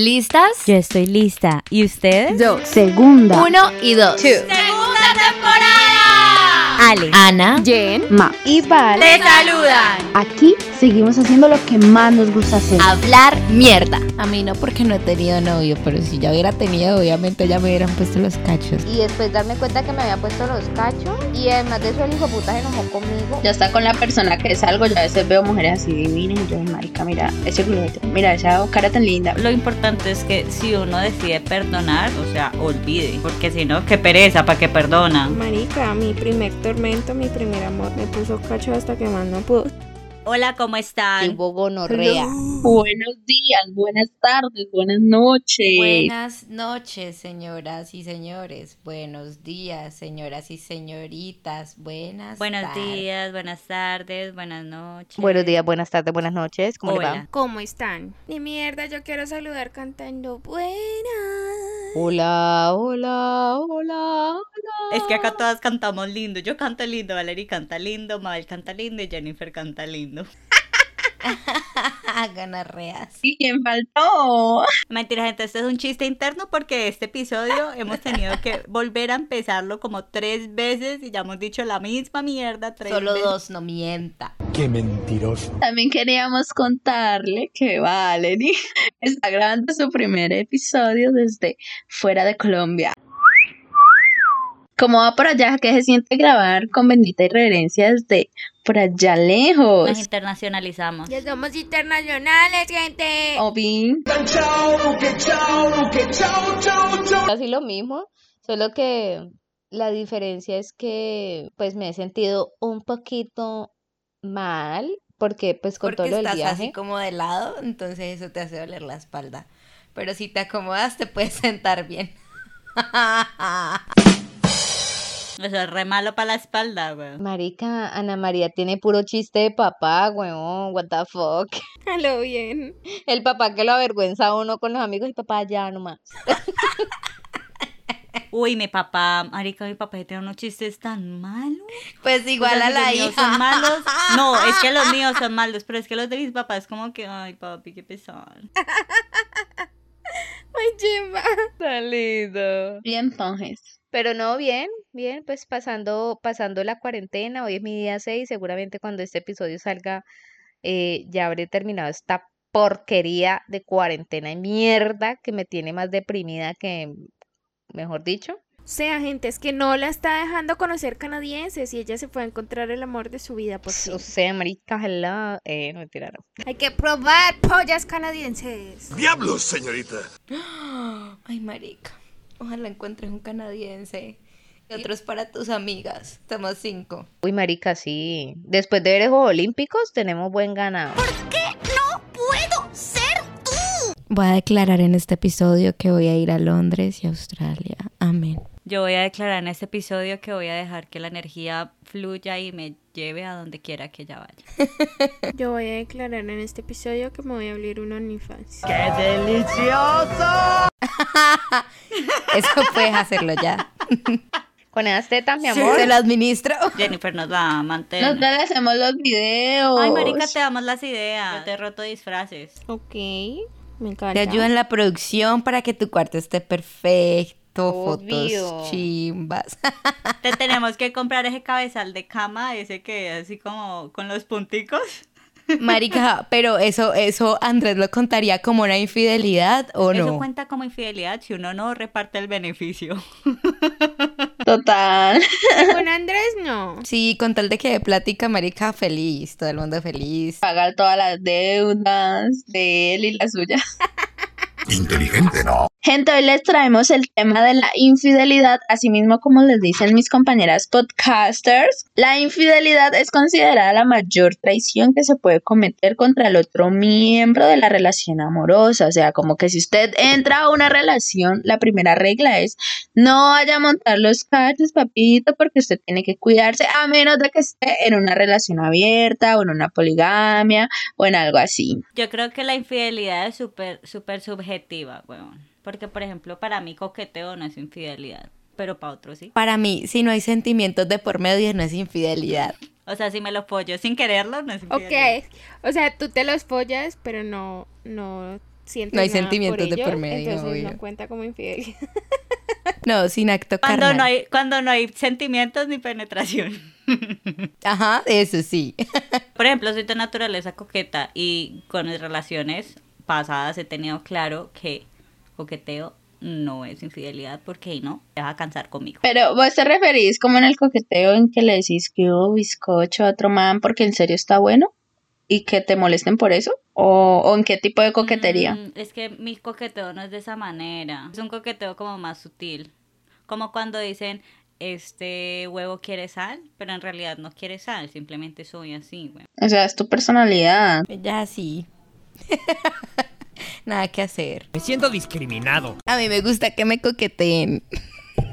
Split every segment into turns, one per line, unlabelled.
¿Listas?
Yo estoy lista. ¿Y ustedes?
Dos.
Segunda.
Uno y dos.
¡Segunda temporada!
Ale.
Ana.
Jen, Ma y Val.
¡Te saludan!
Aquí seguimos haciendo lo que más nos gusta hacer.
Hablar mierda. A mí no porque no he tenido novio, pero si ya hubiera tenido, obviamente ya me hubieran puesto los cachos.
y después darme cuenta que me había puesto los cachos y además de eso el hijo de puta se enojó conmigo.
Yo hasta con la persona que salgo, yo a veces veo mujeres así divinas y yo, marica, mira ese culete, mira esa cara tan linda.
Lo importante es que si uno decide perdonar, o sea, olvide. Porque si no, qué pereza, ¿para qué perdona?
Marica, mi primer tormento, mi primer amor, me puso cacho hasta que más no pudo.
Hola, ¿cómo están?
Tipo gonorrea.
Buenos días, buenas tardes, buenas noches.
Buenas noches, señoras y señores. Buenos días, señoras y señoritas. Buenas
Buenos
tardes.
días, buenas tardes, buenas noches.
Buenos días, buenas tardes, buenas noches. ¿Cómo le
Hola.
va?
¿Cómo están? Ni mierda, yo quiero saludar cantando buenas.
Hola, hola, hola.
Es que acá todas cantamos lindo. Yo canto lindo, Valerie canta lindo, Mabel canta lindo y Jennifer canta lindo.
Gonorreas.
¿Y quién faltó?
Mentira, gente, esto es un chiste interno porque este episodio hemos tenido que volver a empezarlo como tres veces y ya hemos dicho la misma mierda tres
Solo
veces.
dos, no mienta.
Qué mentiroso.
También queríamos contarle que Valerie está grabando su primer episodio desde fuera de Colombia. ¿Cómo va por allá? ¿Qué se siente grabar con bendita irreverencia desde por allá
Nos
pues.
lejos?
internacionalizamos.
Ya somos internacionales, gente.
Obin.
Casi lo mismo, solo que la diferencia es que pues me he sentido un poquito mal porque pues con
Porque
todo lo del
estás así
viaje.
como de lado, entonces eso te hace doler la espalda. Pero si te acomodas, te puedes sentar bien.
Eso es re malo para la espalda, weón.
Marica, Ana María tiene puro chiste de papá, weón, what the fuck.
A lo bien.
El papá que lo avergüenza a uno con los amigos y papá ya nomás.
Uy, mi papá, marica, mi papá tiene unos chistes tan malos.
Pues igual
O sea,
a
si
la
los míos
hija.
son malos. No, es que los míos son malos, pero es que los de mis papás como que, ay, papi, qué pesar.
Ay, chimba.
Tan lindo.
Y entonces.
Pero no, bien, bien, pues pasando, pasando la cuarentena, hoy es mi día 6, seguramente cuando este episodio salga eh, ya habré terminado esta porquería de cuarentena y mierda que me tiene más deprimida que, mejor dicho.
O sea, gente, es que no la está dejando conocer canadienses y ella se puede encontrar el amor de su vida por
O
fin.
sea, pues, marica, ojalá, eh, no me tiraron.
Hay que probar pollas canadienses.
Diablos, señorita.
Ay, marica. Ojalá encuentres un canadiense. Y otros para tus amigas. Estamos cinco.
Uy, marica, sí. Después de ver los Juegos Olímpicos tenemos buen ganado.
Voy a declarar en este episodio que voy a ir a Londres y a Australia. Amén.
Yo voy a declarar en este episodio que voy a dejar que la energía fluya y me lleve a donde quiera que ella vaya.
Yo voy a declarar en este episodio que me voy a abrir un OnlyFans.
Eso puedes hacerlo ya.
Con esas tetas, mi
Sí,
amor.
Te lo administro.
Jennifer nos va a mantener.
Nosotros le hacemos los videos.
Ay, marica, te damos las ideas. Yo te he roto disfraces.
Ok, me encanta.
Te ayuda en la producción para que tu cuarto esté perfecto. Fotos
Obvio.
chimbas.
Te tenemos que comprar ese cabezal de cama, ese que así como con los punticos.
Marica, pero eso, eso Andrés lo contaría como una infidelidad o
Eso
no.
cuenta como infidelidad si uno no reparte el beneficio.
Total.
Con Andrés no.
Sí, con tal de que de plática, marica, feliz, todo el mundo feliz.
Pagar todas las deudas de él y las suyas.
Inteligente, ¿no?
Gente, hoy les traemos el tema de la infidelidad, así mismo como les dicen mis compañeras podcasters. La infidelidad es considerada la mayor traición que se puede cometer contra el otro miembro de la relación amorosa. O sea, como que si usted entra a una relación, la primera regla es no vaya a montar los cachos, papito, porque usted tiene que cuidarse, a menos de que esté en una relación abierta o en una poligamia o en algo así.
Yo creo que la infidelidad es súper, súper subjetiva, weón. Porque, por ejemplo, para mí coqueteo no es infidelidad, pero para otros sí.
Para mí, si no hay sentimientos de por medio, no es infidelidad.
O sea, si me lo pollo sin quererlo, no es infidelidad.
Ok, o sea, tú te los follas, pero no, no sientes
No hay
nada por
sentimientos de
ello,
por medio,
Entonces
obvio.
no cuenta como infidelidad.
Ah, No, sin acto
Cuando
carnal.
no, hay, cuando no hay sentimientos ni penetración.
Ajá, eso sí.
Por ejemplo, soy de naturaleza coqueta y con mis relaciones pasadas he tenido claro que coqueteo no es infidelidad porque ahí no te vas a cansar conmigo.
Pero vos te referís como en el coqueteo en que le decís que hubo bizcocho a otro man porque en serio está bueno y que te molesten por eso? ¿O, o en qué tipo de coquetería?
Mm, es que mi coqueteo no es de esa manera. Es un coqueteo como más sutil. Como cuando dicen, este huevo quiere sal, pero en realidad no quiere sal, simplemente soy así, güey.
O sea, es tu personalidad.
Ya sí. Nada que hacer.
Me siento discriminado.
A mí me gusta que me coqueteen.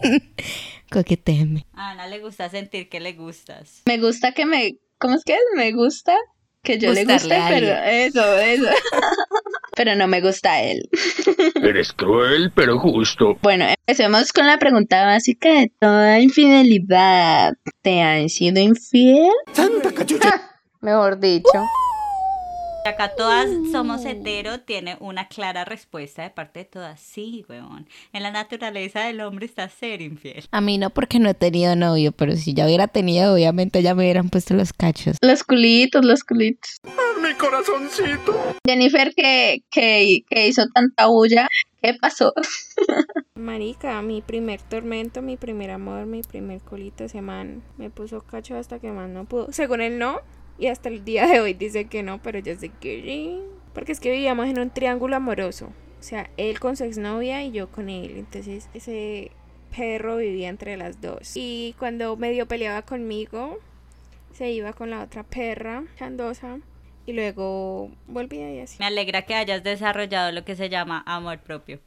Coqueteame.
A Ana le gusta sentir que le gustas.
Me gusta que me... ¿Cómo es que es? Me gusta que yo le guste,
Gustarle a
pero eso, eso. pero no me gusta a él.
Eres cruel, pero justo.
Bueno, empecemos con la pregunta básica de toda infidelidad. ¿Te han sido infiel? Ah,
Mejor dicho.
Y Acá todas somos hetero, tiene una clara respuesta de parte de todas. Sí, weón. En la naturaleza del hombre está ser infiel.
A mí no porque no he tenido novio, pero si ya hubiera tenido, obviamente ya me hubieran puesto los cachos.
Los culitos, los culitos.
Mi corazoncito.
Jennifer que, que, que hizo tanta bulla. ¿Qué pasó?
Marica, mi primer tormento, mi primer amor, mi primer colito, ese man me puso cacho hasta que más no pudo. Según él no, y hasta el día de hoy dice que no, pero yo sé que sí. Porque es que vivíamos en un triángulo amoroso. O sea, él con su exnovia y yo con él. Entonces ese perro vivía entre las dos. Y cuando medio peleaba conmigo, se iba con la otra perra, Chandosa. Y luego volvía y así.
Me alegra que hayas desarrollado lo que se llama amor propio.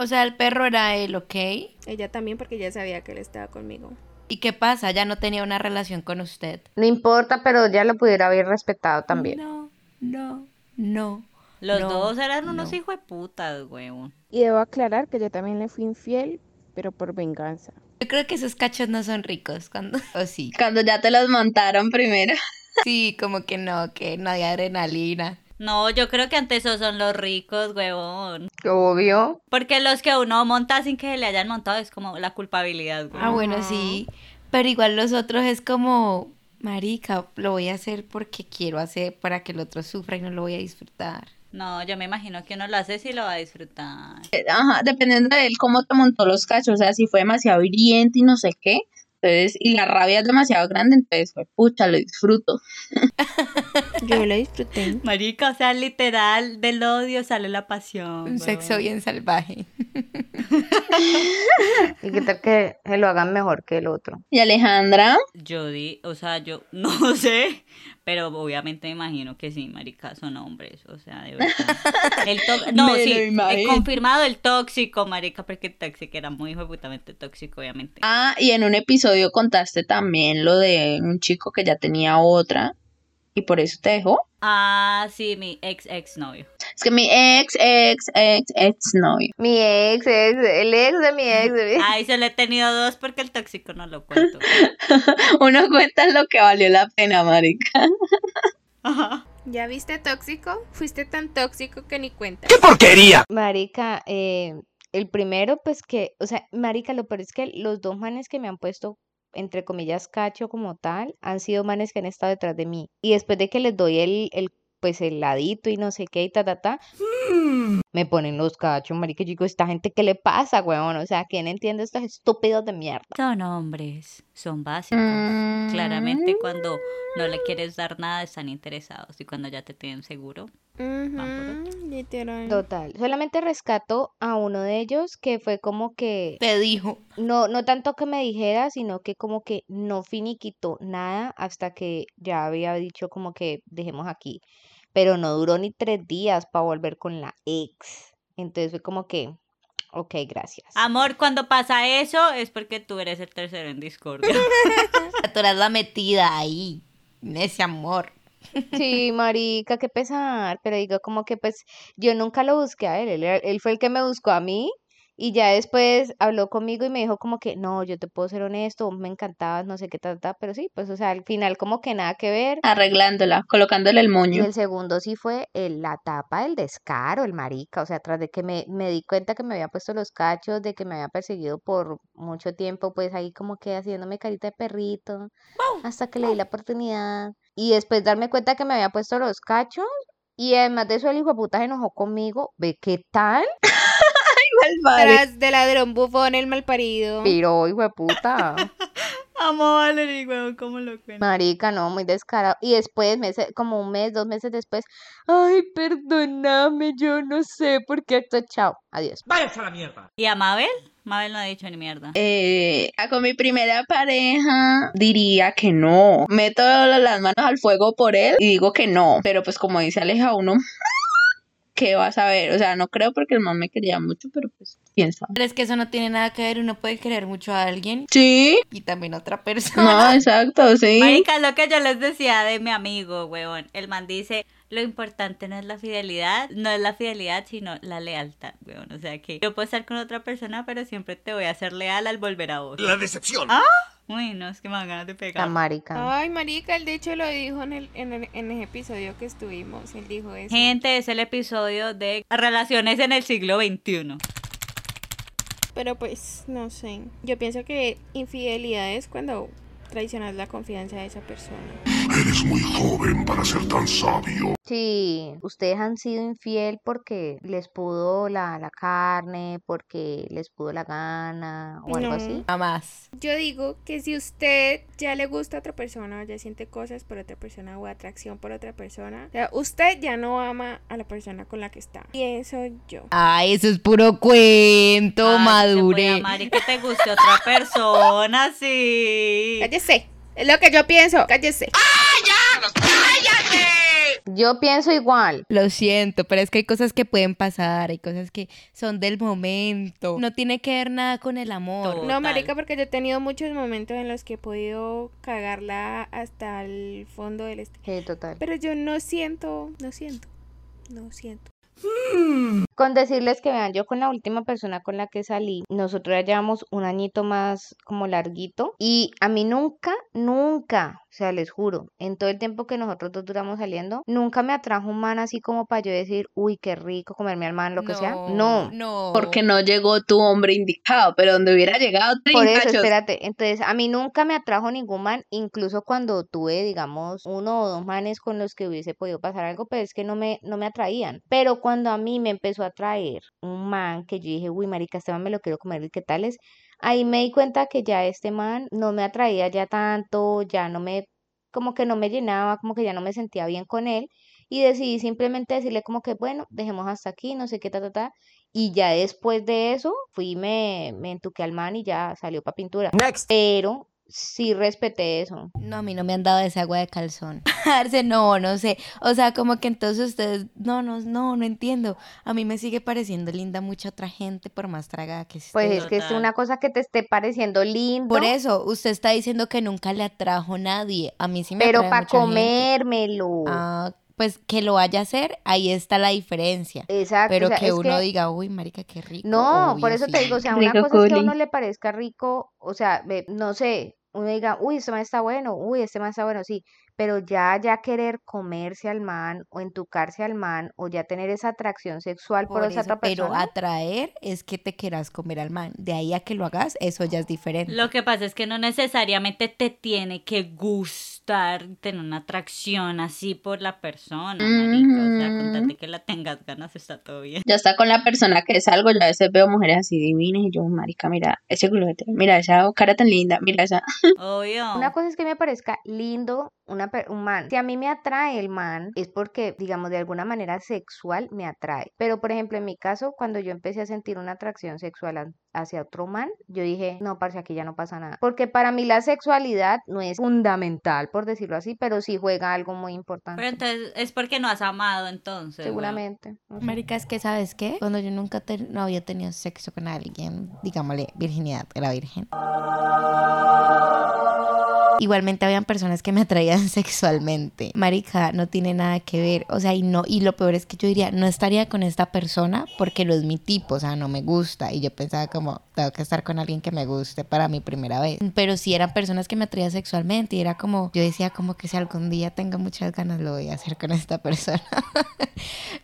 O sea, el perro era él, ¿ok?
Ella también porque ya sabía que él estaba conmigo.
¿Y qué pasa? Ya no tenía una relación con usted.
No importa, pero ya lo pudiera haber respetado también.
No, no, no.
Los
no,
dos eran unos
no.
hijos de putas, weón.
Y debo aclarar que yo también le fui infiel, pero por venganza.
Yo creo que esos cachos no son ricos cuando... O Oh, sí.
Cuando ya te los montaron primero.
Sí, como que no, que no hay adrenalina.
No, yo creo que ante eso son los ricos, huevón.
Obvio.
Porque los que uno monta sin que le hayan montado es como la culpabilidad, huevón.
Ah, bueno, sí. Pero igual los otros es como, marica, lo voy a hacer porque quiero hacer para que el otro sufra y no lo voy a disfrutar.
No, yo me imagino que uno lo hace si lo va a disfrutar.
Ajá, dependiendo de él cómo te montó los cachos. O sea, si fue demasiado hiriente y no sé qué. Entonces, y la rabia es demasiado grande, entonces fue pucha, lo disfruto.
Yo lo disfruté.
Marica, o sea, literal, del odio sale la pasión.
Un sexo
huevón.
bien salvaje.
Y qué tal que se lo hagan mejor que el otro.
Y Alejandra,
Yo di, o sea, yo no sé, pero obviamente me imagino que sí, marica, son hombres, o sea, de verdad. El tó- no,
Me lo
sí, eh,
imagino.
confirmado el tóxico, marica, porque el tóxico era muy hijo de putamente tóxico, obviamente.
ah, y en un episodio contaste también lo de un chico que ya tenía otra y por eso te dejó.
Ah, sí, mi ex ex novio.
Es que mi ex, ex, ex, ex novio.
Mi ex, ex, el ex de mi ex. de mi-
Ay, solo he tenido dos porque el tóxico no lo cuento.
Uno cuenta lo que valió la pena, marica.
Ajá.
¿Ya viste tóxico? Fuiste tan tóxico que ni cuenta.
¡Qué porquería!
Marica, eh, el primero, pues que, o sea, Marica, lo peor es que los dos manes que me han puesto, entre comillas, cacho como tal, han sido manes que han estado detrás de mí. Y después de que les doy el, el pues el ladito y no sé qué y ta, ta, ta, me ponen los cachos, Marica. Yo digo, ¿esta gente qué le pasa, weón? O sea, ¿quién entiende estos estúpidos de mierda?
Son hombres, son básicos. Claramente cuando no le quieres dar nada están interesados y cuando ya te tienen seguro. Van
Ujú, literal.
Total. Solamente rescato a uno de ellos que fue como que
Te dijo.
No, no tanto que me dijera, sino que como que no finiquitó nada hasta que ya había dicho como que dejemos aquí. Pero no duró ni tres días para volver con la ex. Entonces fue como que, ok, gracias.
Amor, cuando pasa eso es porque tú eres el tercero en discordia.
Atorar la metida ahí. en Ese amor.
Sí, marica, qué pesar. Pero digo como que pues yo nunca lo busqué a él. Él, era- él fue el que me buscó a mí. Y ya después habló conmigo y me dijo como que, no, yo te puedo ser honesto, vos me encantabas, no sé qué tal, pero sí, pues o sea, al final como que nada que ver.
Arreglándola, colocándole el
Y
moño.
el segundo sí fue el- la tapa del descaro, el marica, o sea, tras de que me, me di cuenta que me había puesto los cachos, de que me había perseguido por mucho tiempo, pues ahí como que haciéndome carita de perrito, hasta que le di la oportunidad. Y después darme cuenta que me había puesto los cachos, y además de eso el hijo de puta se enojó conmigo, ve qué tal,
Vale.
Tras de ladrón bufón, el malparido.
pero hijo de puta.
Amo a Valerie, weón, cómo lo cuento.
Marica, no, muy descarado. Y después, meses, como un mes, dos meses después, ay, perdóname, yo no sé por qué esto, chao, adiós.
¿Y a Mabel? Mabel no ha dicho ni mierda.
Eh, ah, con mi primera pareja diría que no. Meto las manos al fuego por él y digo que no. Pero pues como dice Aleja uno, ¿qué vas a ver? O sea, no creo porque el man me quería mucho, pero pues piensa.
Pero es que eso no tiene nada que ver, uno puede querer mucho a alguien
Sí,
y también a otra persona.
no, exacto, sí.
Marica, lo que yo les decía de mi amigo, weón. El man dice, lo importante no es la fidelidad, no es la fidelidad, sino la lealtad, weón. O sea que yo puedo estar con otra persona, pero siempre te voy a ser leal al volver a vos.
La decepción.
Uy, no, es que me dan ganas de
La
pegar.
marica.
Ay, marica, él de hecho lo dijo en el, en el, en el episodio que estuvimos, él dijo eso.
Gente, es el episodio de relaciones en el siglo XXI.
Pero pues, no sé. Yo pienso que infidelidad es cuando traicionas la confianza de esa persona.
Eres muy joven para ser tan sabio.
Sí, ustedes han sido infiel porque les pudo la, la carne, porque les pudo la gana o algo
No.
así.
Jamás.
Yo digo que si usted ya le gusta a otra persona, o ya siente cosas por otra persona o atracción por otra persona, o sea, usted ya no ama a la persona con la que está. Y eso yo.
Ah, eso es puro cuento,
Ay, Te voy a
madure.
amar y que te guste otra persona, sí. Ah,
Cállese. Es lo que yo pienso. Cállese.
Yo pienso igual.
Lo siento, pero es que hay cosas que pueden pasar, hay cosas que son del momento. No tiene que ver nada con el amor.
Todo.
No,
Total.
marica, porque yo he tenido muchos momentos en los que he podido cagarla hasta el fondo del este.
Sí, total.
Pero yo no siento, no siento, no siento.
Con decirles que vean, yo con la última persona con la que salí, nosotros ya llevamos un añito más como larguito y a mí nunca, nunca, o sea, les juro, en todo el tiempo que nosotros dos duramos saliendo, nunca me atrajo un man así como para yo decir, uy, qué rico comerme al man, lo que sea. No.
No.
Porque no llegó tu hombre indicado, pero donde hubiera llegado te
Por eso,
cachos.
espérate. Entonces, a mí nunca me atrajo ningún man, incluso cuando tuve, digamos, uno o dos manes con los que hubiese podido pasar algo, pero es que no me, no me atraían. Pero cuando a mí me empezó a atraer un man que yo dije, uy, marica, este man me lo quiero comer y qué tal es, ahí me di cuenta que ya este man no me atraía ya tanto, ya no me, como que no me llenaba, como que ya no me sentía bien con él. Y decidí simplemente decirle como que, bueno, dejemos hasta aquí, no sé qué, ta, ta, ta. Y ya después de eso, fui, y me, me entuqué al man y ya salió para pintura. Pero sí respeté eso.
No, a mí no me han dado esa agua de calzón. Parce, no, no sé. O sea, como que entonces ustedes, no, no, no, no entiendo. A mí me sigue pareciendo linda mucha otra gente por más tragada que esté.
Pues es que es
Total.
una cosa que te esté pareciendo lindo,
por eso, usted está diciendo que nunca le atrajo nadie. A mí sí me
pero
atrae
para
mucha gente.
comérmelo.
Ah, pues que lo vaya a hacer, ahí está la diferencia.
Exacto. o
Pero
sea,
que
es
uno diga, uy, marica, qué rico.
No, por
obvio,
eso te
sí".
digo, o sea, una
Rico
cosa es que a uno
culi.
le parezca rico, o sea, ve- no sé, uno diga, uy, este man está bueno, uy, este man está bueno, sí, pero ya, ya querer comerse al man o entucarse al man o ya tener esa atracción sexual por,
Por
esa
eso,
otra
pero
persona.
atraer es que te quieras comer al man. De ahí a que lo hagas, eso ya es diferente.
Lo que pasa es que no necesariamente te tiene que gustar tener una atracción así por la persona, marica. O sea,
Ujú.
contate que la tengas ganas, está todo bien.
Ya está con la persona que salgo, yo a veces veo mujeres así divinas y yo, marica, mira ese culete, mira esa cara tan linda, mira esa.
Obvio.
Una cosa es que me parezca lindo una per- un man. Si a mí me atrae el man, es porque, digamos, de alguna manera sexual me atrae. Pero, por ejemplo, en mi caso, cuando yo empecé a sentir una atracción sexual a- hacia otro man, yo dije, no, parce, aquí ya no pasa nada. Porque para mí la sexualidad no es fundamental, por decirlo así, pero sí juega algo muy importante.
Pero entonces es porque no has amado entonces. weón.
Seguramente. no sé.
Marica, es que ¿sabes qué? Cuando yo nunca te- no había tenido sexo con alguien, digámosle virginidad de la virgen. igualmente habían personas que me atraían sexualmente. Marica, no tiene nada que ver. O sea, y no, y lo peor es que yo diría, no estaría con esta persona porque no es mi tipo, o sea, no me gusta. Y yo pensaba como, tengo que estar con alguien que me guste para mi primera vez. Pero sí eran personas que me atraían sexualmente y era como, yo decía como que si algún día tengo muchas ganas lo voy a hacer con esta persona.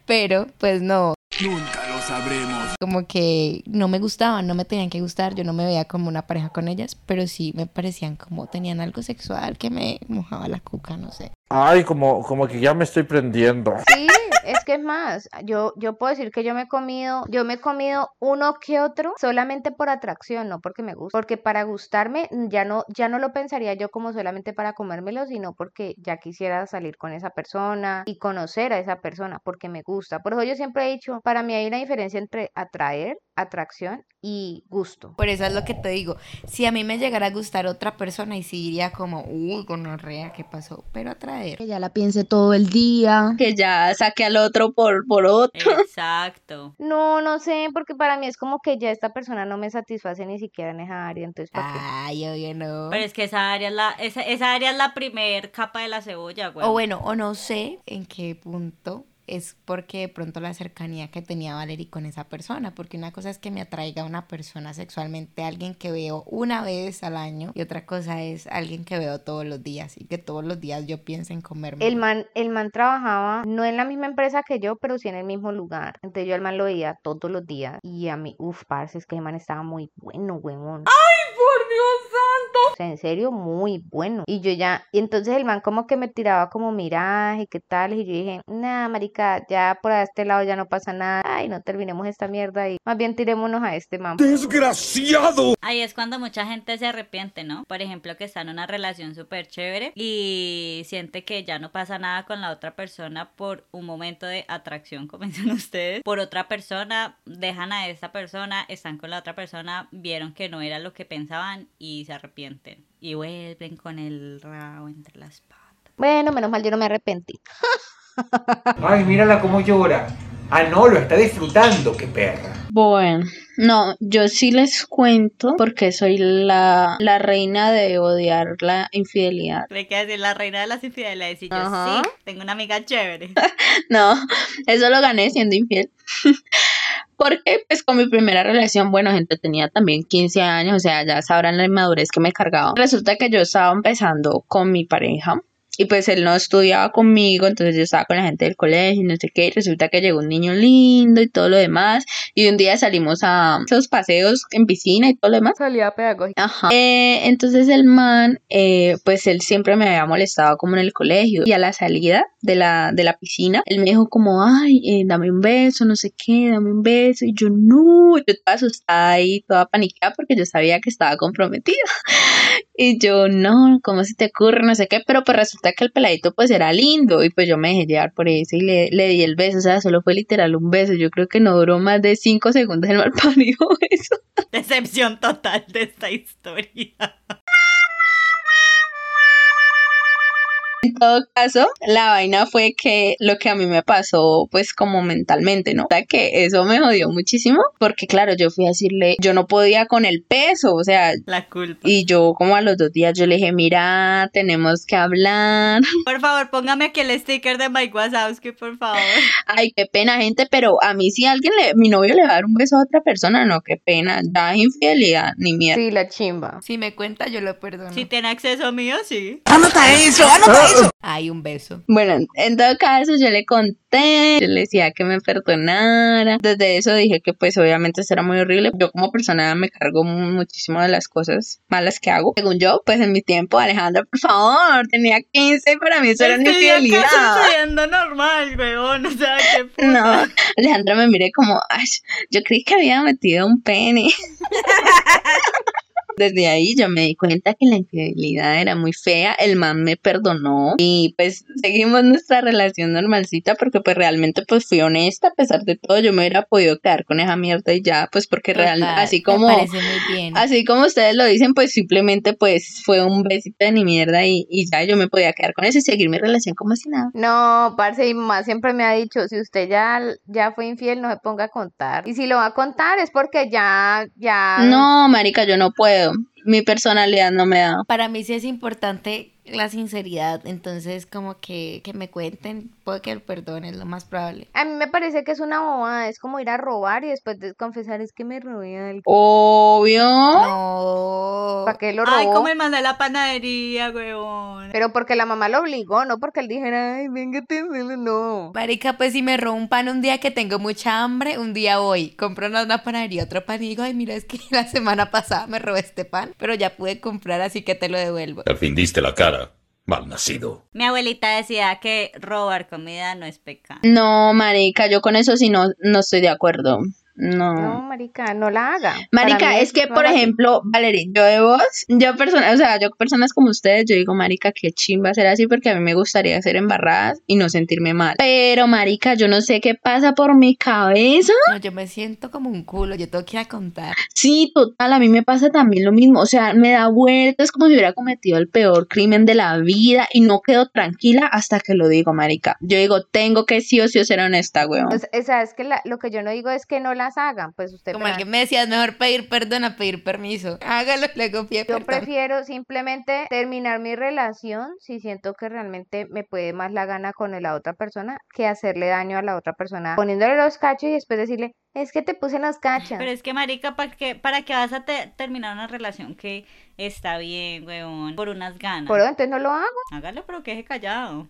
Pero pues no,
Nunca lo sabremos.
como que no me gustaban, no me tenían que gustar, yo no me veía como una pareja con ellas, pero sí me parecían como tenían algo sexual que me mojaba la cuca, no sé.
Ay, como, como que ya me estoy prendiendo.
Sí, es que es más, yo, yo puedo decir que yo me he comido, yo me he comido uno que otro solamente por atracción, no porque me gusta, porque para gustarme mm, ya no, ya no lo pensaría yo como solamente para comérmelo, sino porque ya quisiera salir con esa persona y conocer a esa persona porque me gusta. Por eso yo siempre he dicho, para mí hay una diferencia entre atraer, atracción y gusto.
Por eso es lo que te digo, si a mí me llegara a gustar otra persona y si diría como, uy, gonorrea, ¿qué pasó? Pero atraer.
Que ya la piense todo el día.
Que ya saque al otro por, por otro.
Exacto.
No, no sé, porque para mí es como que ya esta persona no me satisface ni siquiera en esa área, entonces ¿para qué?
Ay, obvio no.
Pero es que esa área es la, esa, esa área es la primer capa de la cebolla, güey.
O bueno, o no sé en qué punto es porque de pronto la cercanía que tenía Valerie con esa persona, porque una cosa es que me atraiga una persona sexualmente, alguien que veo una vez al año, y otra cosa es alguien que veo todos los días y que todos los días yo pienso en comerme.
El man, el man trabajaba no en la misma empresa que yo, pero sí en el mismo lugar. Entonces yo al man lo veía todos los días. Y a mí, uff, parce, es que el man estaba muy bueno, huevón.
¡Por Dios santo!
O sea, en serio, muy bueno. Y yo ya, y entonces el man como que me tiraba como miradas y qué tal. Y yo dije, nah, marica, ya por este lado ya no pasa nada. Ay, no terminemos esta mierda y más bien tirémonos a este man.
¡Desgraciado!
Ahí es cuando mucha gente se arrepiente, ¿no? Por ejemplo, que está en una relación súper chévere y siente que ya no pasa nada con la otra persona por un momento de atracción, como dicen ustedes. Por otra persona, dejan a esa persona, están con la otra persona, vieron que no era lo que pensaban y se arrepienten. Y vuelven con el rabo entre las patas.
Bueno, menos mal yo no me arrepentí.
Ay, mírala cómo llora. Ah, no, lo está disfrutando, qué perra.
Bueno, no, yo sí les cuento porque soy la, la reina de odiar la infidelidad.
Le queda decir la reina de las infidelidades. Y yo,
Ajá.
sí, tengo una amiga chévere.
No, eso lo gané siendo infiel. Porque pues con mi primera relación, bueno, gente tenía también 15 años, o sea, ya sabrán la inmadurez que me cargaba. Resulta que yo estaba empezando con mi pareja y pues él no estudiaba conmigo, entonces yo estaba con la gente del colegio y no sé qué, y resulta que llegó un niño lindo y todo lo demás, y un día salimos a esos paseos en piscina y todo lo demás.
Salida pedagógica.
Ajá. Eh, entonces el man, eh, pues él siempre me había molestado como en el colegio y a la salida de la, de la piscina, él me dijo como, ay, eh, dame un beso, no sé qué, dame un beso. Y yo no, yo toda asustada ahí, toda paniqueada porque yo sabía que estaba comprometida. Y yo no, ¿cómo se te ocurre? No sé qué, pero pues resulta que el peladito pues era lindo y pues yo me dejé llevar por eso y le, le di el beso, o sea, solo fue literal un beso. Yo creo que no duró más de cinco segundos el mal parido eso.
Decepción total de esta historia.
En todo caso, la vaina fue que lo que a mí me pasó, pues como mentalmente, ¿no? O sea, que eso me jodió muchísimo, porque claro, yo fui a decirle, yo no podía con el peso, o sea,
La culpa.
y yo como a los dos días yo le dije, mira, tenemos que hablar.
Por favor, póngame aquí el sticker de Mike Wazowski, por favor.
Ay, qué pena, gente, pero a mí si alguien, le, mi novio le va a dar un beso a otra persona, no, qué pena, da infidelidad, ni mierda.
Sí, la chimba.
Si me cuenta, yo lo perdono.
Si tiene acceso mío, sí.
¡Anota eso! ¡Anota eso!
Hay un beso.
Bueno, en todo caso yo le conté, yo le decía que me perdonara. Desde eso dije que pues obviamente será muy horrible. Yo como persona me cargo mu- muchísimo de las cosas malas que hago. Según yo, pues en mi tiempo, Alejandra, por favor, tenía 15 y para mí eso era una
Estoy acá
infidelidad.
sucediendo normal, weón. O sea, qué puta.
No, Alejandra me miré como, "Ay, yo creí que había metido un pene. Desde ahí yo me di cuenta que la infidelidad era muy fea, el man me perdonó y pues seguimos nuestra relación normalcita porque pues realmente pues fui honesta a pesar de todo, yo me hubiera podido quedar con esa mierda y ya, pues porque realmente
Total,
así
Me
como
parece muy bien.
así como ustedes lo dicen, pues simplemente pues fue un besito de ni mierda y, y ya yo me podía quedar con eso y seguir mi relación como si nada.
No, parce, y más siempre me ha dicho, si usted ya, ya fue infiel, no se ponga a contar. Y si lo va a contar es porque ya, ya...
No, marica, yo no puedo. puedo. Mi personalidad no me da.
Para mí sí es importante la sinceridad, entonces como que, que me cuenten, puede que el perdón es lo más probable.
A mí me parece que es una bobada, es como ir a robar y después de confesar es que me robé algo.
Obvio.
No.
¿Para qué lo robó?
Ay, cómo el mandó a la panadería, weón.
Pero porque la mamá lo obligó, no porque él dijera, ay, venga, te no.
Marica, pues si me robo un pan un día que tengo mucha hambre, un día hoy, compro una, una panadería, otro pan y digo, ay, mira, es que la semana pasada me robé este pan, pero ya pude comprar, así que te lo devuelvo.
Al fin diste la cara. Mal nacido.
Mi abuelita decía que robar comida no es pecado.
No, marica, yo con eso sí no, no estoy de acuerdo. No.
No, marica, no la haga. Para mí
Ah. Marica, es que,
no
por
la haga.
ejemplo, Valerie, yo de vos, yo persona, o sea, yo personas como ustedes, yo digo, marica, qué chimba ser así porque a mí me gustaría ser embarradas y no sentirme mal. Pero, marica, yo no sé qué pasa por mi cabeza.
No, yo me siento como un culo, yo tengo que ir a contar.
Sí, total, a mí me pasa también lo mismo, o sea, me da vueltas como si hubiera cometido el peor crimen de la vida y no quedo tranquila hasta que lo digo, marica. Yo digo, tengo que sí o sí ser honesta, weón.
O sea, o sea, es que la- lo que yo no digo es que no las hagan, pues usted
Como
verá.
alguien me decía, es mejor pedir perdón a pedir permiso. Hágalo, luego pide
Yo
perdón.
prefiero simplemente terminar mi relación si siento que realmente me puede más la gana con la otra persona que hacerle daño a la otra persona poniéndole los cachos y después decirle, es que te puse los cachos.
Pero es que, marica, ¿para qué, para qué vas a te- terminar una relación que está bien, weón? Por unas ganas.
Por eso entonces no lo hago.
Hágalo, pero queje callado.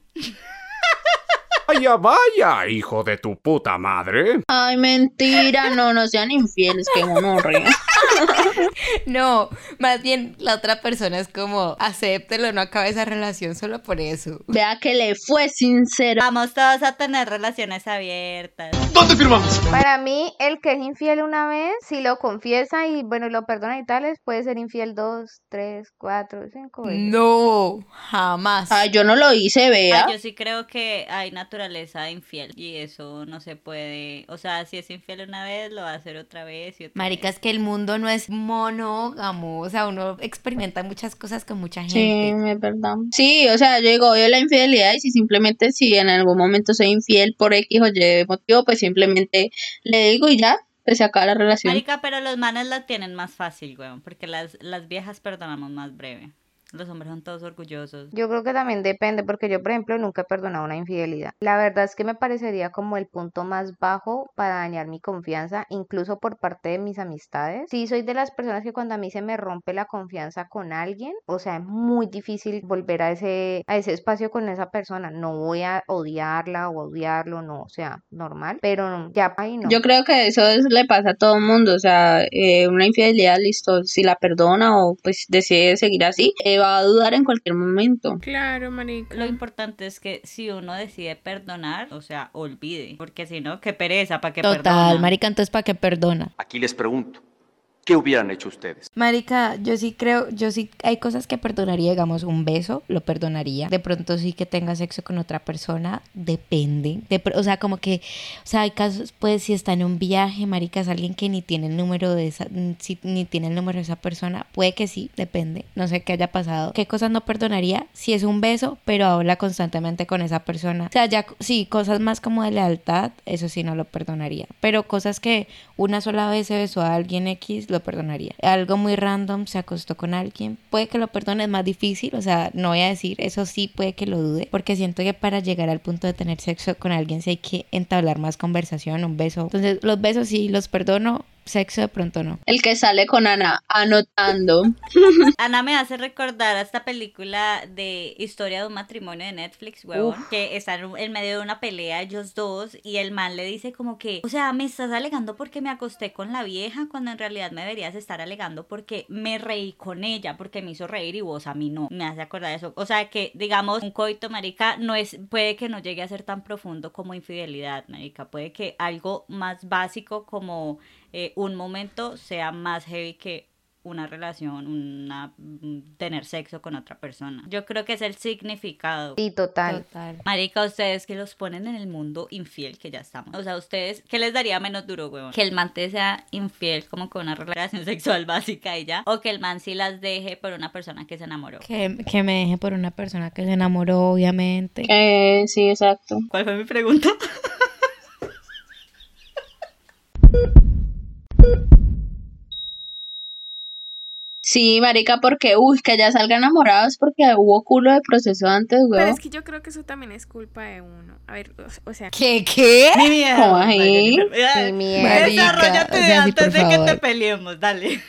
Vaya, vaya, hijo de tu puta madre.
Ay, mentira, no, no sean infieles, que uno
No, más bien la otra persona es como, acéptelo, no acabe esa relación solo por eso.
Vea que le fue sincero.
Vamos todos a tener relaciones abiertas.
¿Dónde firmamos?
Para mí, el que es infiel una vez, si lo confiesa y bueno, lo perdona y tales, puede ser infiel dos, tres, cuatro, cinco veces.
No, jamás.
Ay, Ah, yo no lo hice, vea.
Ay, Ah, yo sí creo que hay naturaleza infiel y eso no se puede. O sea, si es infiel una vez, lo va a hacer otra vez y otra
Marica, es que el mundo no es monógamo, o sea, uno experimenta muchas cosas con mucha
Sí,
gente.
es verdad. Sí, o sea, yo digo, odio la infidelidad y si simplemente si en algún momento soy infiel por X o Y motivo, pues simplemente le digo y ya, pues se acaba la relación.
Marica, pero los manes la tienen más fácil, weón, porque las, las viejas perdonamos más breve. Los hombres son todos orgullosos.
Yo creo que también depende, porque yo, por ejemplo, nunca he perdonado una infidelidad. La verdad es que me parecería como el punto más bajo para dañar mi confianza, incluso por parte de mis amistades. Sí, soy de las personas que cuando a mí se me rompe la confianza con alguien, o sea, es muy difícil volver a ese, a ese espacio con esa persona. No voy a odiarla o odiarlo, no, o sea, normal, pero ya ahí no.
Yo creo que eso es- le pasa a todo el mundo, o sea, eh, una infidelidad, listo, si la perdona o pues decide seguir así, eh, va a dudar en cualquier momento.
Claro, marica.
Lo importante es que si uno decide perdonar, o sea, olvide, porque si no, qué pereza, ¿para qué
Total,
perdona?
marica, entonces ¿para qué perdona?
Aquí les pregunto, ¿qué hubieran hecho ustedes?
Marica, yo sí creo, yo sí, hay cosas que perdonaría, digamos, un beso, lo perdonaría. De pronto sí que tenga sexo con otra persona, depende. De pr- o sea, como que, o sea, hay casos, pues, si está en un viaje, marica, es alguien que ni tiene el número de esa, si ni tiene el número de esa persona, puede que sí, depende. No sé qué haya pasado. ¿Qué cosas no perdonaría? Si es un beso, pero habla constantemente con esa persona. O sea, ya, sí, cosas más como de lealtad, eso sí no lo perdonaría. Pero cosas que una sola vez se besó a alguien X, lo perdonaría. Algo muy random, se acostó con alguien, puede que lo perdone, es más difícil, o sea, no voy a decir, eso sí puede que lo dude, porque siento que para llegar al punto de tener sexo con alguien sí hay que entablar más conversación, un beso. Entonces, los besos sí los perdono, sexo de pronto no.
El que sale con Ana anotando.
Ana me hace recordar a esta película de historia de un matrimonio de Netflix, huevón,
Uf.
que están en un- en medio de una pelea ellos dos y el man le dice como que, o sea, me estás alegando porque me acosté con la vieja cuando en realidad me deberías estar alegando porque me reí con ella, porque me hizo reír y vos a mí no. Me hace acordar eso. O sea, que digamos un coito, marica, no es puede que no llegue a ser tan profundo como infidelidad, marica, puede que algo más básico como eh, un momento sea más heavy que una relación, una mm, tener sexo con otra persona. Yo creo que es el significado.
Sí, total.
Marica, ustedes que los ponen en el mundo infiel que ya estamos. O sea, ustedes, ¿qué les daría menos duro, huevón? Que el man te sea infiel como con una relación sexual básica y ya. O que el man sí las deje por una persona que se enamoró.
Que, que me deje por una persona que se enamoró, obviamente.
Eh, sí, exacto.
¿Cuál fue mi pregunta?
Sí, marica, porque, uy, que ya salgan enamorados porque hubo culo de proceso antes, güey.
Pero es que yo creo que eso también es culpa de uno. A ver, o, o sea...
¿Qué, qué?
Mi miedo,
¿Cómo
así?
Mi miedo.
Desarrollate
Marica, o sea, sí,
antes
por
de que
favor.
te peleemos, dale.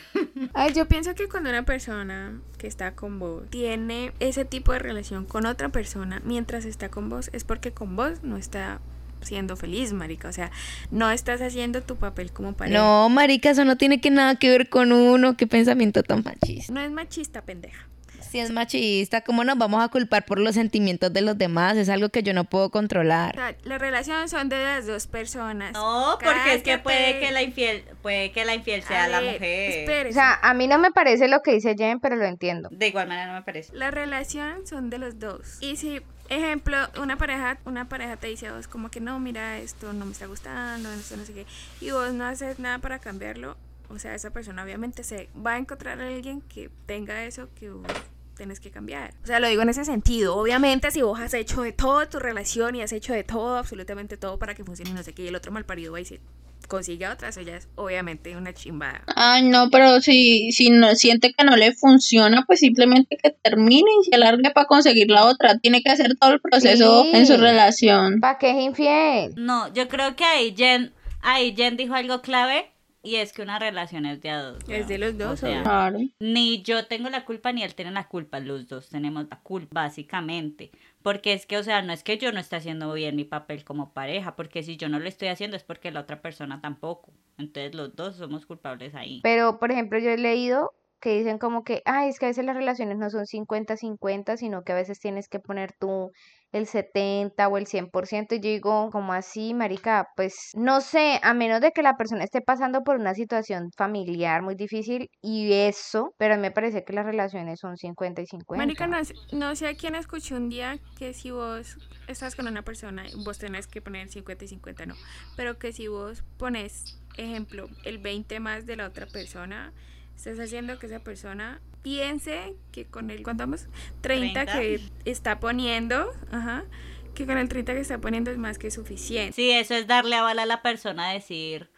Ay, yo pienso que cuando una persona que está con vos tiene ese tipo de relación con otra persona mientras está con vos, es porque con vos no está siendo feliz, marica. O sea, no estás haciendo tu papel como pareja.
No, marica, eso no tiene que nada que ver con uno. Qué pensamiento tan machista.
No es machista, pendeja.
Si es machista, ¿cómo nos vamos a culpar por los sentimientos de los demás? Es algo que yo no puedo
O
controlar.
sea, las relaciones son de las dos personas.
No, porque es que
Cállate.
puede que la infiel, puede que la infiel sea
A
la
ver,
mujer.
espérese.
O sea, a mí no me parece lo que dice Jen, pero lo entiendo.
De igual manera no me parece.
Las relaciones son de los dos. Y si, ejemplo, una pareja, una pareja te dice a vos como que no, mira, esto no me está gustando, esto no sé qué, y vos no haces nada para cambiarlo, o sea, esa persona obviamente se va a encontrar a alguien que tenga eso que vos tenés que cambiar. O sea, lo digo en ese sentido. Obviamente, si vos has hecho de todo tu relación y has hecho de todo, absolutamente todo para que funcione, y no sé qué, y el otro malparido va y se consigue a otra, eso ya es obviamente una chimbada.
Ay, no, pero si, si no siente que no le funciona, pues simplemente que termine y se alargue para conseguir la otra. Tiene que hacer todo el proceso
Sí.
en su relación.
¿Para qué es infiel?
No, yo creo que ahí Jen, ahí Jen dijo algo clave y es que una relación es de a dos.
Es de los
O
dos,
sea,
obvio.
Claro.
Ni yo tengo la culpa ni él tiene la culpa, los dos tenemos la culpa, básicamente. Porque es que, o sea, no es que yo no esté haciendo bien mi papel como pareja, porque si yo no lo estoy haciendo es porque la otra persona tampoco. Entonces los dos somos culpables ahí.
Pero, por ejemplo, yo he leído que dicen como que, ay, es que a veces las relaciones no son 50-50, sino que a veces tienes que poner tú el 70 o el 100%. Y yo digo, como así, marica? Pues no sé, a menos de que la persona esté pasando por una situación familiar muy difícil y eso, pero a mí me parece que las relaciones son 50 y 50.
Marica, no, sé- no sé a quién escuché un día que si vos estás con una persona, vos tenés que poner 50 y 50, no. Pero que si vos pones, ejemplo, el 20 más de la otra persona, estás haciendo que esa persona piense que con el, ¿cuánto vamos? 30,
30.
que está poniendo, ajá, que con el 30 que está poniendo es más que suficiente.
Sí, eso es darle aval a la persona a decir,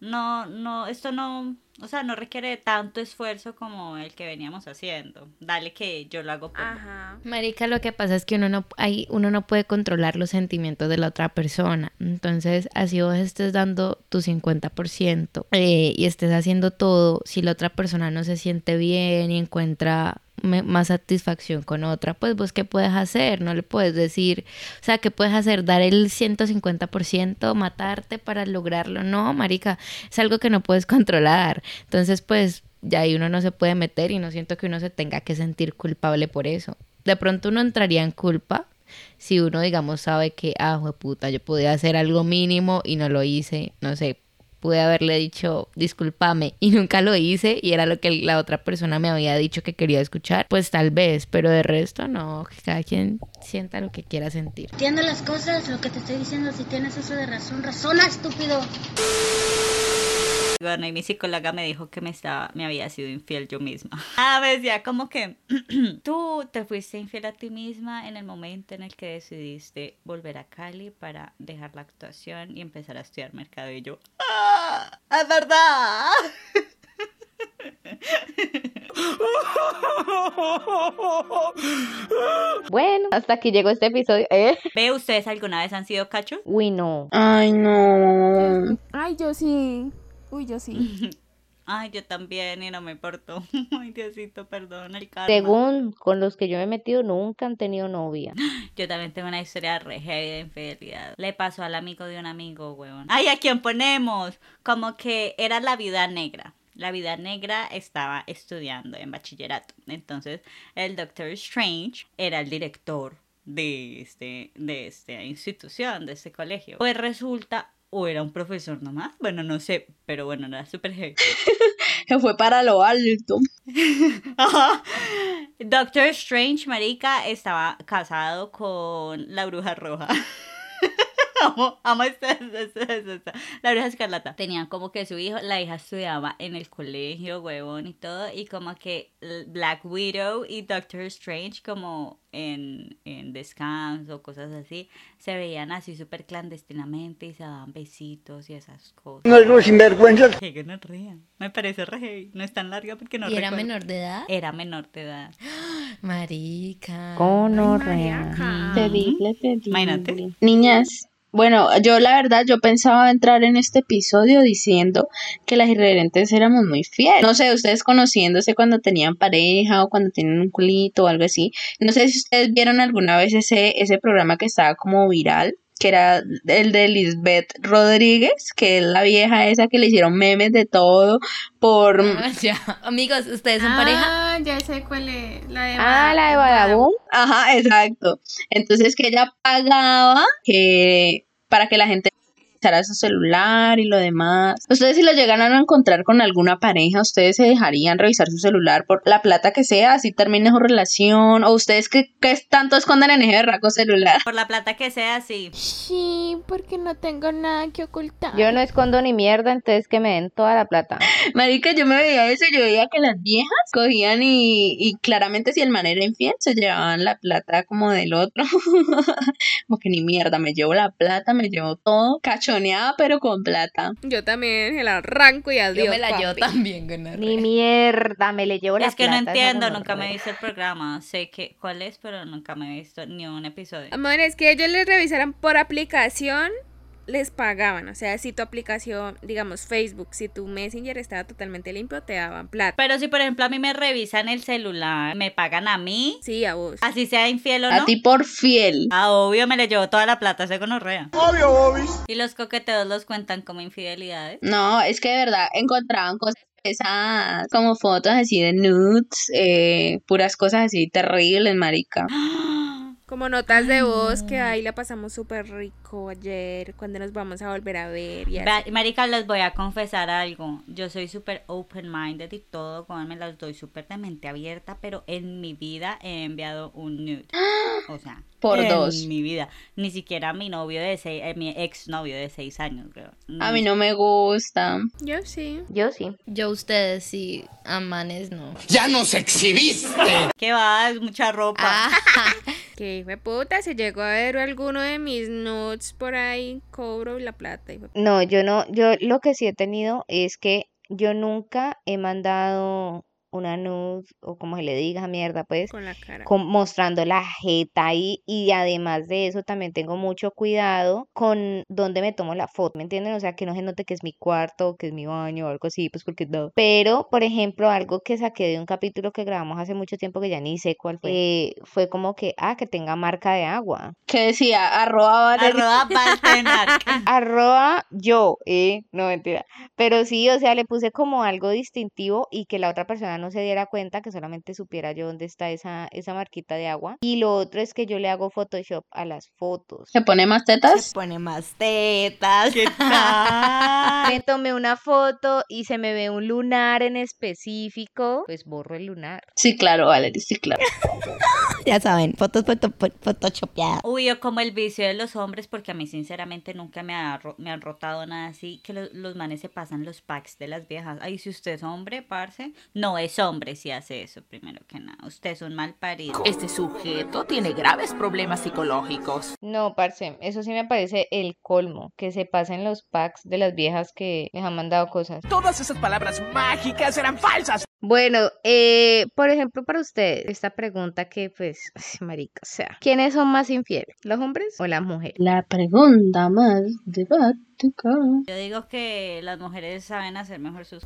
no, no, esto no, o sea, no requiere de tanto esfuerzo como el que veníamos haciendo. Dale que yo lo hago por
Ah.
vos.
Ajá.
Marica, lo que pasa es que uno no, hay, uno no puede controlar los sentimientos de la otra persona. Entonces, así vos estés dando tu 50% eh, y estés haciendo todo, si la otra persona no se siente bien y encuentra me- más satisfacción con otra, pues vos qué puedes hacer, no le puedes decir, o sea, qué puedes hacer, dar el 150%, matarte para lograrlo, no, marica, es algo que no puedes controlar. Entonces, pues ya ahí uno no se puede meter y no siento que uno se tenga que sentir culpable por eso. De pronto uno entraría en culpa si uno, digamos, sabe que, ah, puta, yo pude hacer algo mínimo y no lo hice, no sé, pude haberle dicho, discúlpame, y nunca lo hice y era lo que la otra persona me había dicho que quería escuchar, pues tal vez, pero de resto no, que cada quien sienta lo que quiera sentir.
Entiendo las cosas, lo que te estoy diciendo, si tienes eso de razón, razona, estúpido.
Bueno, y mi psicóloga me dijo que me estaba, me había sido infiel yo misma. Ah, me decía como que tú te fuiste infiel a ti misma en el momento en el que decidiste volver a Cali para dejar la actuación y empezar a estudiar mercado. Y yo, ¡ah! ¡Es verdad!
Bueno, hasta aquí llegó este episodio. ¿Eh?
¿Ve ustedes alguna vez han sido cachos?
Uy, no.
Ay, no.
Ay, yo sí. Uy, yo sí.
Ay, yo también y no me importó. Ay, Diosito, perdón el karma.
Según con los que yo me he metido, nunca han tenido novia.
Yo también tengo una historia re heavy de infidelidad. Le pasó al amigo de un amigo, weón. Ay, ¿a quién ponemos? Como que era la vida negra. La vida negra estaba estudiando en bachillerato. Entonces, el Doctor Strange era el director de este de esta institución, de este colegio. Pues resulta o era un profesor nomás, bueno, no sé, pero bueno, era súper heavy.
Se fue para lo alto.
Ajá. Doctor Strange, marica, estaba casado con la bruja roja. amo, amo esta, esta, esta, esta. La bruja escarlata. Tenían como que su hijo, la hija estudiaba en el colegio, huevón y todo. Y como que l- Black Widow y Doctor Strange, como en, en descanso, cosas así, se veían así súper clandestinamente y se daban besitos y esas cosas.
No, no, sinvergüenzas.
Que que no rían. Me parece re heavy. No es tan larga porque no
¿Y era
recuerdo.
menor de edad?
Era menor de edad.
Marica.
Gonorrea. Terrible, terrible.
Imagínate.
Niñas, bueno, yo la verdad, yo pensaba entrar en este episodio diciendo que las irreverentes éramos muy fieles. No sé, ustedes conociéndose cuando tenían pareja o cuando tienen un culito o algo así. No sé si ustedes vieron alguna vez ese, ese programa que estaba como viral que era el de Lisbeth Rodríguez, que es la vieja esa que le hicieron memes de todo por...
Ah, Amigos, ¿ustedes son
ah,
pareja?
ya sé cuál es. La de
Ah, la de Badabun. Ajá, exacto. Entonces que ella pagaba que para que la gente utilizara su celular y lo demás. Ustedes si lo llegaran a encontrar con alguna pareja, ustedes se dejarían revisar su celular por la plata que sea, así termine su relación. O ustedes que, tanto esconden en ese berraco celular.
Por la plata que sea, así
Sí, porque no tengo nada que ocultar.
Yo no escondo ni mierda, entonces que me den toda la plata.
Marica, yo me veía eso, yo veía que las viejas cogían y, y claramente si el man era infiel se llevaban la plata como del otro. como que ni mierda, me llevo la plata, me llevo todo, cachoneada pero con plata.
Yo también se la arranco y adiós.
Yo me la llevo
papi.
también,
Ni
gonorrea.
mierda, me le llevo la
Es que no
plata, esa
entiendo, nunca me he
gonorrea.
visto el programa. Sé que cuál es, pero nunca me he visto ni un episodio.
Amor, es que ellos les revisaran por aplicación, les pagaban. O sea, si tu aplicación, digamos Facebook, si tu Messenger estaba totalmente limpio, te daban plata.
Pero si, por ejemplo, a mí me revisan el celular, me pagan a mí,
Sí, a vos.
así sea infiel o
A
no.
ti por fiel.
Ah, obvio, me le llevo toda la plata ese gonorrea.
Obvio, Bobis.
Y los coqueteos los cuentan como infidelidades.
No, es que de verdad encontraban cosas pesadas, como fotos así de nudes, eh, puras cosas así terribles, marica.
Como notas de voz que ahí la pasamos súper rico ayer, cuando nos vamos a volver a ver y así.
Vea, Marica, les voy a confesar algo. Yo soy súper open-minded y todo, como me las doy súper de mente abierta, pero en mi vida he enviado un nude. O sea,
Por
en
dos.
mi vida. Ni siquiera a mi novio de seis, eh, mi ex novio de seis años, creo.
A mí no me gusta.
Yo sí.
Yo sí.
Yo ustedes sí, a manes no.
¡Ya nos exhibiste!
¿Qué va? Es mucha ropa.
Ah.
Ah.
Que hijo de puta, si llego a ver alguno de mis nudes por ahí, cobro la plata. hijo de puta.
No, yo no, yo lo que sí he tenido es que yo nunca he mandado una nude o como se le diga mierda, pues,
Con la cara.
con- mostrando la jeta ahí y además de eso también tengo mucho cuidado con dónde me tomo la foto, ¿me entienden? O sea, que no se note que es mi cuarto, que es mi baño o algo así, pues porque no. Pero, por ejemplo, algo que saqué de un capítulo que grabamos hace mucho tiempo que ya ni sé cuál fue, eh, fue como que, ah, que tenga marca de agua.
Que decía, arroba Valeria.
Arroba Baltenac.
Arroba yo, eh, no mentira. Pero sí, o sea, le puse como algo distintivo y que la otra persona no se diera cuenta, que solamente supiera yo dónde está esa, esa marquita de agua. Y lo otro es que yo le hago Photoshop a las fotos.
¿Se pone más tetas?
Se pone más tetas. ¿Qué tal?
Me tomé una foto y se me ve un lunar en específico, pues borro el lunar.
Sí, claro, Valeria, sí, claro.
Ya saben, fotos foto, fo- photoshopeadas.
Uy, yo como el vicio de los hombres, porque a mí sinceramente nunca me, ha ro- me han rotado nada así, que lo- los manes se pasan los packs de las viejas. Ay, si usted es hombre, parce, no es hombre si hace eso, primero que nada. Usted es un mal parido.
Este sujeto tiene graves problemas psicológicos.
No, parce, eso sí me parece el colmo, que se pasen los packs de las viejas que les han mandado cosas.
Todas esas palabras mágicas eran falsas.
Bueno, eh, por ejemplo, para usted, esta pregunta que, pues, ay, marica, o sea, ¿quiénes son más infieles, los hombres o las mujeres?
La pregunta más debática.
Yo digo que las mujeres saben hacer mejor sus...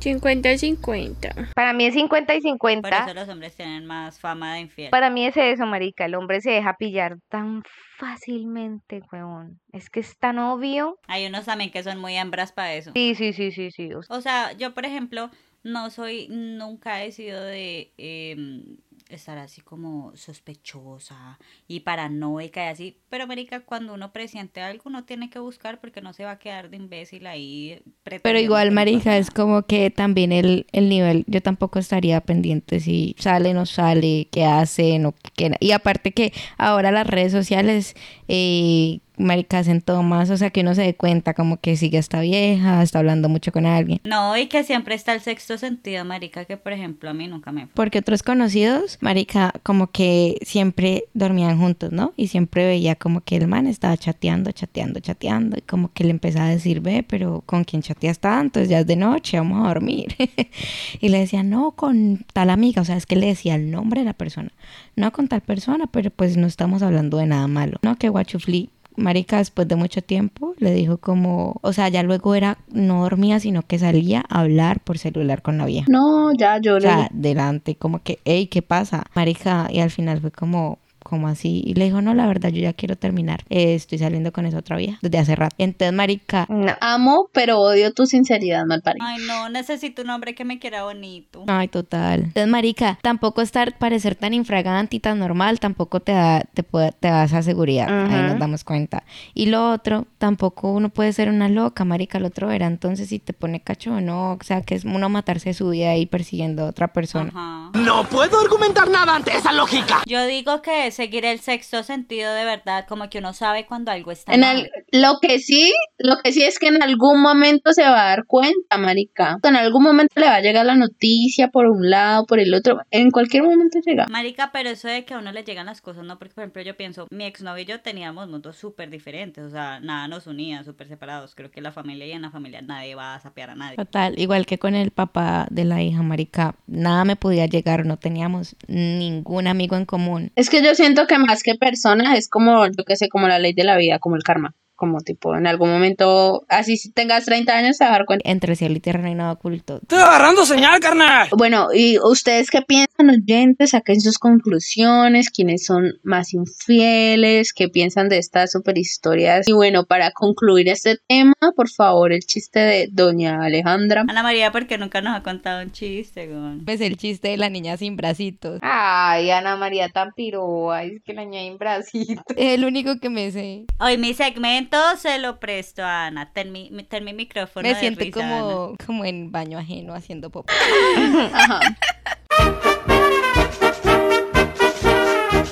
50-50.
Para mí es 50 y
Por eso
50.
los hombres tienen más fama de infiel.
Para mí es eso, marica, el hombre se deja pillar tan fácilmente, huevón. Es que es tan obvio.
Hay unos también que son muy hembras para eso.
Sí, sí, sí, sí, sí. o sea,
O sea, yo por ejemplo, no soy, nunca he sido de em, estar así como sospechosa y paranoica y así. Pero América, cuando uno presiente algo, uno tiene que buscar porque no se va a quedar de imbécil ahí
Pero
pretendiendo que
igual,
no
marica,
pasa
es
nada.
como que también el, el nivel, yo tampoco estaría pendiente si sale o no sale, qué hacen o qué... Y aparte que ahora las redes sociales eh, marica, hacen todo más, o sea, que uno se dé cuenta como que sigue esta vieja, está hablando mucho con alguien.
No, y que siempre está el sexto sentido, marica, que por ejemplo a mí nunca me...
Porque otros conocidos, marica, como que siempre dormían juntos, ¿no? Y siempre veía como que el man estaba chateando, chateando, chateando, y como que le empezaba a decir, ve, pero ¿con quién chateas tanto? Es Ya es de noche, vamos a dormir. y le decía, no, con tal amiga, o sea, es que le decía el nombre de la persona, no con tal persona, pero pues no estamos hablando de nada malo, ¿no? Que guachufli Marica, después de mucho tiempo, le dijo como, o sea, ya luego era, no dormía, sino que salía a hablar por celular con la vieja.
No, ya yo
O sea, delante, como que, hey, ¿qué pasa? Marica, y al final fue como, como así, y le dijo, no, la verdad, yo ya quiero terminar, Eh, estoy saliendo con esa otra vieja desde hace rato. Entonces, Marica,
No. Amo, pero odio tu sinceridad, malparido.
Ay, no, necesito un hombre que me quiera bonito.
Ay, total. Entonces, marica, tampoco estar, parecer tan infragante y tan normal, tampoco te da, te puede- te da esa seguridad. Ahí
Ajá.
nos damos cuenta. Y lo otro, tampoco uno puede ser una loca, marica, el otro verá entonces si te pone cacho o no. O sea, que es uno matarse su vida ahí persiguiendo a otra persona.
No puedo argumentar nada ante esa lógica.
Yo digo que seguir el sexto sentido de verdad, como que uno sabe cuando algo está
En
mal.
al- lo que sí, lo que sí es que en algún momento se va a dar cuenta, marica. En algún momento le va a llegar la noticia por un lado, por el otro. En cualquier momento llega.
Marica, pero eso de que a uno le llegan las cosas, no, porque por ejemplo yo pienso, mi exnovio y yo teníamos mundos súper diferentes, o sea, nada nos unía, súper separados, creo que la familia y en la familia nadie va a sapear a nadie.
Total, igual que con el papá de la hija, marica, nada me podía llegar, no teníamos ningún amigo en común.
Es que yo siento que más que personas es como, yo qué sé, como la ley de la vida, como el karma. Como tipo, en algún momento, así si tengas 30 años, te vas a dar cuenta.
Entre cielo y tierra no hay nada oculto.
Estoy agarrando señal, carnal. Bueno, ¿y ustedes qué piensan, oyentes? Saquen sus conclusiones, quiénes son más infieles, qué piensan de estas super historias. Y bueno, para concluir este tema, por favor, el chiste de Doña Alejandra.
Ana María, porque nunca nos ha contado un chiste, weón.
Pues el chiste de la niña sin bracitos.
Ay, Ana María tan piroa, es que la añaden bracito.
Es el único que me sé.
Hoy mi segmento se lo presto a Ana, ten mi, mi- ten mi micrófono.
Me
de
siento
risa, Ana.
como, como en baño ajeno haciendo pop.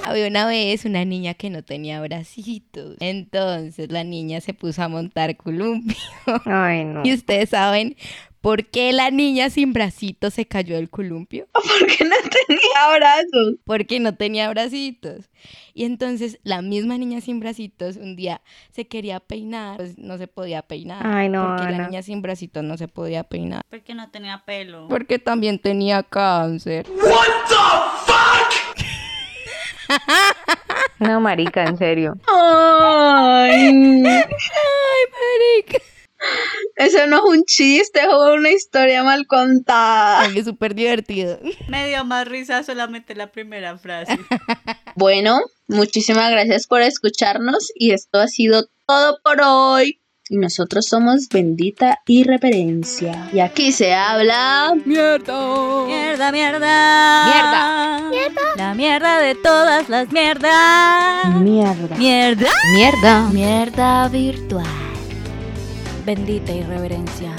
Había una vez una niña que no tenía bracitos. Entonces la niña se puso a montar columpio.
Ay, no.
Y ustedes saben por qué la niña sin bracitos se cayó del columpio.
Porque no tenía brazos.
Porque no tenía bracitos. Y entonces la misma niña sin bracitos un día se quería peinar, pues no se podía peinar.
Ay, no,
Porque la
Ana.
niña sin bracitos no se podía peinar.
Porque no tenía pelo.
Porque también tenía cáncer.
No, marica, en serio.
Ay,
marica.
Eso no es un chiste, es una historia mal contada.
Es súper divertido.
Me dio más risa solamente la primera frase.
Bueno, muchísimas gracias por escucharnos y esto ha sido todo por hoy. Y nosotros somos Bendita Irreverencia. Y aquí se habla...
¡Mierda!
Mierda, mierda. Mierda. Mierda. La mierda de todas las mierdas.
Mierda.
Mierda.
Mierda.
Mierda virtual. Bendita irreverencia.